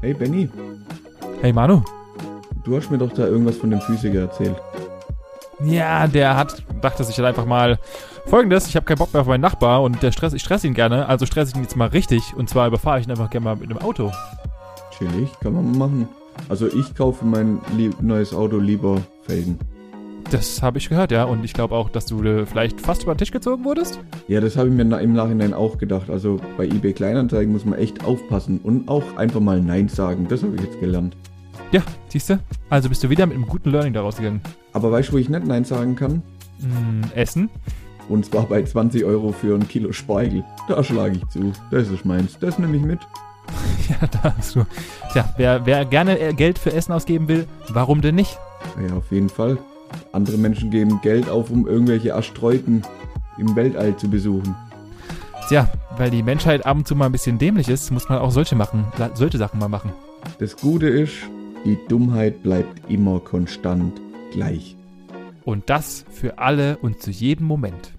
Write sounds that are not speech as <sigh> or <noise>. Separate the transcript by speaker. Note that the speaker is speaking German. Speaker 1: Hey Benny,
Speaker 2: Hey Manu.
Speaker 1: du hast mir doch da irgendwas von dem Physiker erzählt.
Speaker 2: Ja, der hat, dachte sich halt einfach mal, folgendes, ich habe keinen Bock mehr auf meinen Nachbar und der Stress, ich stress ihn gerne, also stress ich ihn jetzt mal richtig und zwar überfahre ich ihn einfach gerne mal mit einem Auto.
Speaker 1: Chillig, kann man mal machen. Also ich kaufe mein lieb neues Auto lieber Felgen.
Speaker 2: Das habe ich gehört, ja, und ich glaube auch, dass du äh, vielleicht fast über den Tisch gezogen wurdest.
Speaker 1: Ja, das habe ich mir na im Nachhinein auch gedacht. Also bei eBay Kleinanzeigen muss man echt aufpassen und auch einfach mal Nein sagen. Das habe ich jetzt gelernt.
Speaker 2: Ja, siehst du? Also bist du wieder mit einem guten Learning daraus gegangen.
Speaker 1: Aber weißt du, wo ich nicht Nein sagen kann?
Speaker 2: Hm, Essen? <laughs>
Speaker 1: Und zwar bei 20 Euro für ein Kilo Spargel. Da schlage ich zu. Das ist meins. Das nehme ich mit.
Speaker 2: Ja, da hast du. Tja, wer, wer gerne äh, Geld für Essen ausgeben will, warum denn nicht?
Speaker 1: Ja, auf jeden Fall. Andere Menschen geben Geld auf, um irgendwelche Astroiden im Weltall zu besuchen.
Speaker 2: Tja, weil die Menschheit ab und zu mal ein bisschen dämlich ist, muss man auch solche machen, la- solche Sachen mal machen.
Speaker 1: Das Gute ist, die Dummheit bleibt immer konstant gleich.
Speaker 2: Und das für alle und zu jedem Moment.